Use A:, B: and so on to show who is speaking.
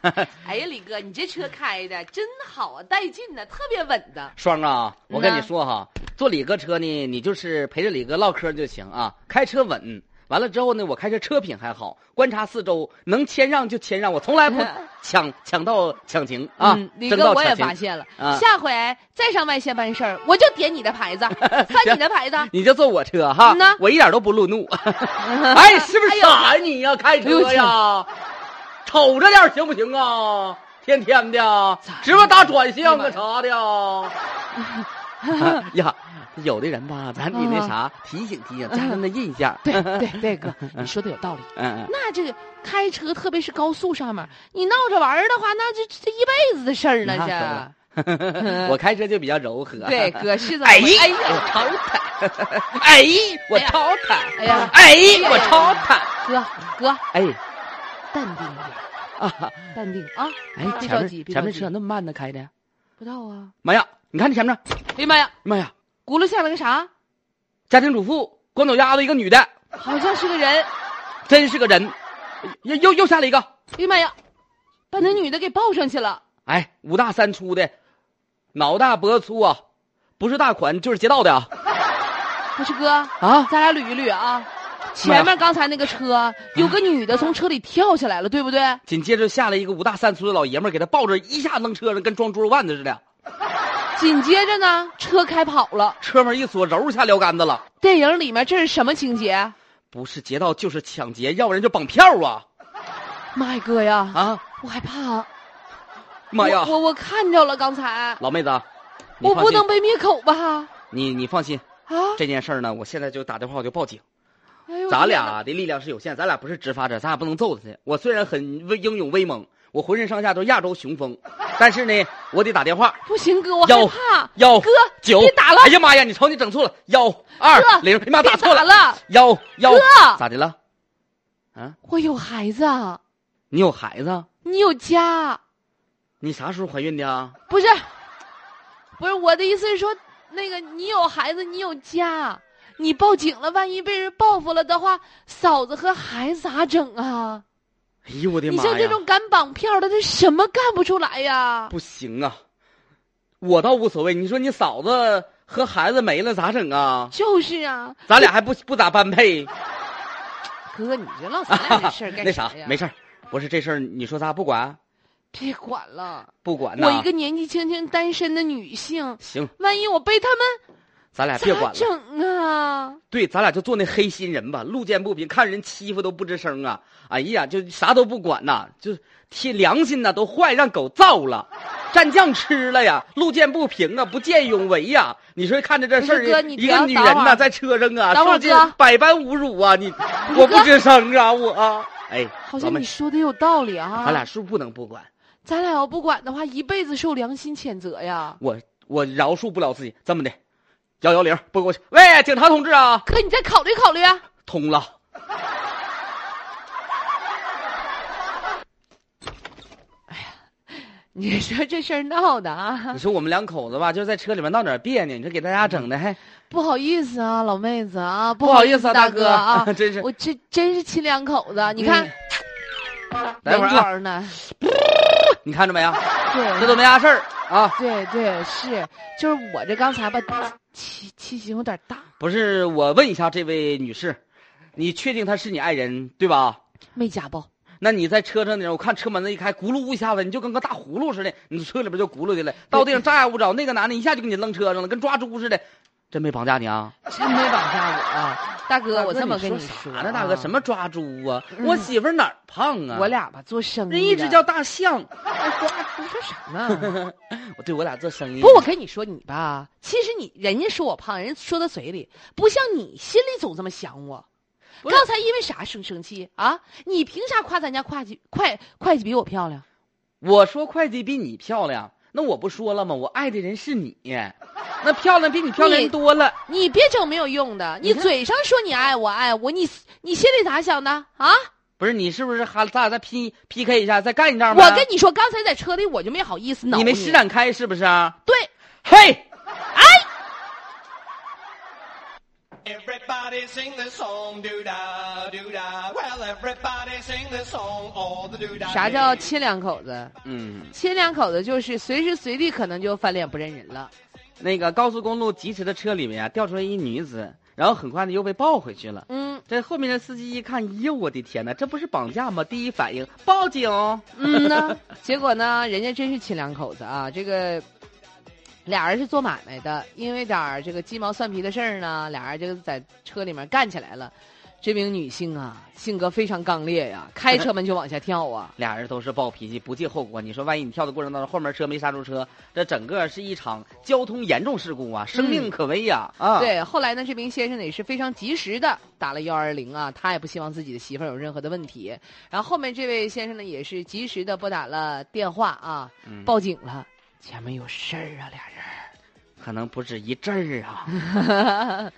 A: 哎呀，李哥，你这车开的真好啊，带劲呢、特别稳的。
B: 双啊，我跟
A: 嗯
B: 你
A: 呐
B: 说哈，坐李哥车呢，你就是陪着李哥唠嗑就行啊，开车稳。完了之后呢，我开车车品还好，观察四周，能谦让就谦让，我从 来不抢抢道抢情啊，
A: 嗯，李
B: 争
A: 哥
B: 道
A: 我也
B: 抢
A: 发
B: 情。
A: 现了，
B: 啊
A: 下回再上外县办事儿，我就点你的牌 子，翻你的牌子。
B: 你就坐我车哈
A: 嗯呐，
B: 我一点都不路怒。 哎，是不
A: 哎
B: 是
A: 呦
B: 傻呀你呀、开
A: 哎呦我
B: 车
A: 去
B: 呀，瞅着点儿行不行啊？天天的
A: 咋，
B: 知道打转向
A: 哎
B: 啊
A: 呀
B: 啥的啊。啊 呀，啊有的人吧，咱得那啥提醒提醒，加深的印象。
A: 对对对，哥，你说的有道 理。
B: 嗯，嗯
A: 那这个开车，特别是高速上面，你闹着玩儿的话，那这这一辈子的事儿呢，
B: 那
A: 这。
B: 嗯， 我开车就比较柔和。
A: 对，哥是这么
B: 哎
A: 回事
B: 哎
A: 哎
B: 呀，我
A: 呀，
B: 超他！ 哎，我超他！
A: 哎呀
B: 哎
A: 呀，
B: 我超他！
A: 哥哥
B: 哎
A: 淡定一点，
B: 啊，
A: 淡定啊！
B: 哎，
A: 别
B: 前
A: 着急，
B: 面
A: 别
B: 前
A: 着
B: 面
A: 急
B: 车，那么慢呢，开的。
A: 不到啊！
B: 妈呀，你看这前面，
A: 哎呀妈呀，
B: 妈呀，
A: 轱辘下了个啥？
B: 家庭主妇，光脚丫子一个女的，
A: 好像是个人。
B: 真是个人。又又又下来一个，
A: 哎呀妈呀，把那女的给抱上去了。
B: 哎，五大三粗的，脑大脖子粗啊，不是大款就是劫道的啊
A: 不是哥，
B: 啊！
A: 咱俩捋一捋啊。
B: 妈呀
A: 前面刚才那个车有个女的从车里跳下来了，对不对？
B: 紧接着下来一个五大三粗的老爷们儿，给他抱着一下扔车上，跟装猪肉腕子似的。
A: 紧接着呢，车开跑了。
B: 车门一锁，揉下撩杆子了。
A: 电影里面这是什么情节？
B: 不是劫道就是抢劫，要不然就绑票啊
A: 妈呀，哥呀，
B: 啊！
A: 我害怕！
B: 妈呀
A: 我，我我看着了，刚才
B: 老妹子啊，你
A: 我
B: 放
A: 不
B: 心
A: 能被灭口吧？啊！
B: 你你放心，这件事儿呢，我现在就打电话我就报警。
A: 哎呦，
B: 咱
A: 天
B: 俩的力量是有限，咱俩不是执法者，咱俩不能揍他去。我虽然很威英勇威猛，我浑身上下都是亚洲雄风，但是呢，我得打电话
A: 哪不行，哥，我害
B: 要
A: 怕。
B: 幺
A: 哥
B: 九。
A: 别打了
B: 哎呀妈呀，你瞅你整错了，幺二
A: 哥
B: 零，哎你妈
A: 别
B: 打错
A: 打
B: 了，
A: 了，
B: 幺幺
A: 哥
B: 咋的了？
A: 我有孩子，啊
B: 你有孩子？
A: 你有家，
B: 你啥时候怀孕的啊？
A: 不是？不是我的意思是说，那个你有孩子，你有家，你报警了，万一被人报复了的话，嫂子和孩子咋整啊？
B: 哎呦我的
A: 你
B: 妈呀！
A: 像这种敢绑票的，他什么干不出来呀？
B: 不行啊，我倒无所谓。你说你嫂子和孩子没了咋整啊？
A: 就是啊，
B: 咱俩还不不咋般 配。
A: 哥，你这唠咱俩这事儿干
B: 啊那啥，
A: 呀？
B: 没事儿，不是这事儿，你说咱俩不管
A: 别管了，
B: 不管呐？
A: 我一个年纪轻轻单身的女性，
B: 行，
A: 万一我被他们
B: 咱哎俩别
A: 咋
B: 管了。
A: 整啊？
B: 对，咱俩就做那黑心人吧，路见不平，看人欺负都不吱声啊！哎呀，就啥都不管呐、就天良心呐、都坏，让狗造了，蘸酱吃了呀！路见不平啊，不见勇为呀、你说看着这事儿，
A: 不是哥你不
B: 一个
A: 要
B: 女
A: 等
B: 人
A: 会
B: 呐、
A: 儿
B: 在车上啊，
A: 等会儿
B: 受尽
A: 哥
B: 百般侮辱啊！你，
A: 是
B: 我不
A: 哥
B: 吱声啊，我啊！哎，
A: 好
B: 老
A: 像
B: 妹
A: 你，说的有道理啊。
B: 咱俩是不是不能不管？
A: 咱俩要不管的话，一辈子受良心谴责呀。
B: 我我饶拨不了自己，这么的，幺幺零拨过去，喂，警察同志啊，
A: 哥，你再考虑考虑啊。
B: 通了。
A: 你说这事儿闹的啊
B: 你，说我们两口子吧，就是在车里面闹点别扭，你说给大家整的还。
A: 不好意思啊，老妹子啊，嗯不
B: 不好意思啊，
A: 大
B: 哥，
A: 啊
B: 真是。
A: 我这真是亲两口子，你看，
B: 等
A: 连
B: 会儿
A: 庄
B: 啊，
A: 儿呢，
B: 你看着没有？啊这
A: 对
B: 都没啥事儿啊，
A: 对对，是，就是我这刚才吧，气气性有点大，
B: 不是。我问一下这位女士，你确定她是你爱人对吧？
A: 没家暴。
B: 那你在车上呢？我看车门子一开，咕噜一下子，你就跟个大葫芦似的，你车里边就咕噜的了，到地上张牙舞爪。那个男的一下就给你扔车上了，跟抓猪似的。真没绑架你啊？
A: 真没绑架我啊，大哥，我这么跟
B: 你
A: 说啊
B: 啥呢？大哥，什么抓猪啊？
A: 嗯
B: 我媳妇儿哪儿胖啊？
A: 我俩吧做生意的，嗯
B: 人一直叫大象。
A: 你说什 么？
B: 我对我俩做生意。
A: 不，我跟你说你吧，其实你人家说我胖，人家说到嘴里，不像你心里总这么想我。
B: 不是
A: 刚才因为啥生生气啊？你凭啥夸咱家会计会会计比我漂亮？
B: 我说会计比你漂亮，那我不说了吗？我爱的人是你，那漂亮比你漂亮人多了。
A: 你别整没有用的，
B: 你
A: 你
B: 看
A: 嘴上说你爱我爱我，你你心里咋想的啊？
B: 不是你是不是还咱俩再 P P K 一下，再干一仗呗？
A: 我跟你说，刚才在车里我就没好意思挠
B: 你没施展开是不是啊？
A: 对，
B: 嘿，
C: Everybody Everybody sing the song, do da, do da. Well, everybody sing the song, all the do da.
A: 啥叫亲两口子？
B: 嗯，
A: 亲两口子就是随时随地可能就翻脸不认人了。
B: 那个高速公路疾驰的车里面啊，掉出来一女子，然后很快的又被抱回去了。
A: 嗯
B: 这后面的司机一看，哎呦我的天哪，这不是绑架吗？第一反应报警。
A: 嗯呢，结果呢，人家真是亲两口子啊。这个俩人是做买卖的，因为点儿这个鸡毛蒜皮的事儿呢，俩人就在车里面干起来了。这名女性啊，性格非常刚烈呀、开车门就往下跳啊。
B: 俩人都是暴脾气，不计后果。你说，万一你跳的过程当中后面车没刹住车，这整个是一场交通严重事故啊，生命可危呀、啊！，
A: 对，后来呢，这名先生呢也是非常及时的打了幺二零啊，他也不希望自己的媳妇儿有任何的问题。然后后面这位先生呢也是及时的拨打了电话啊，
B: 嗯
A: 报警了，前面有事儿啊，俩人。
B: 可能不止一阵儿啊。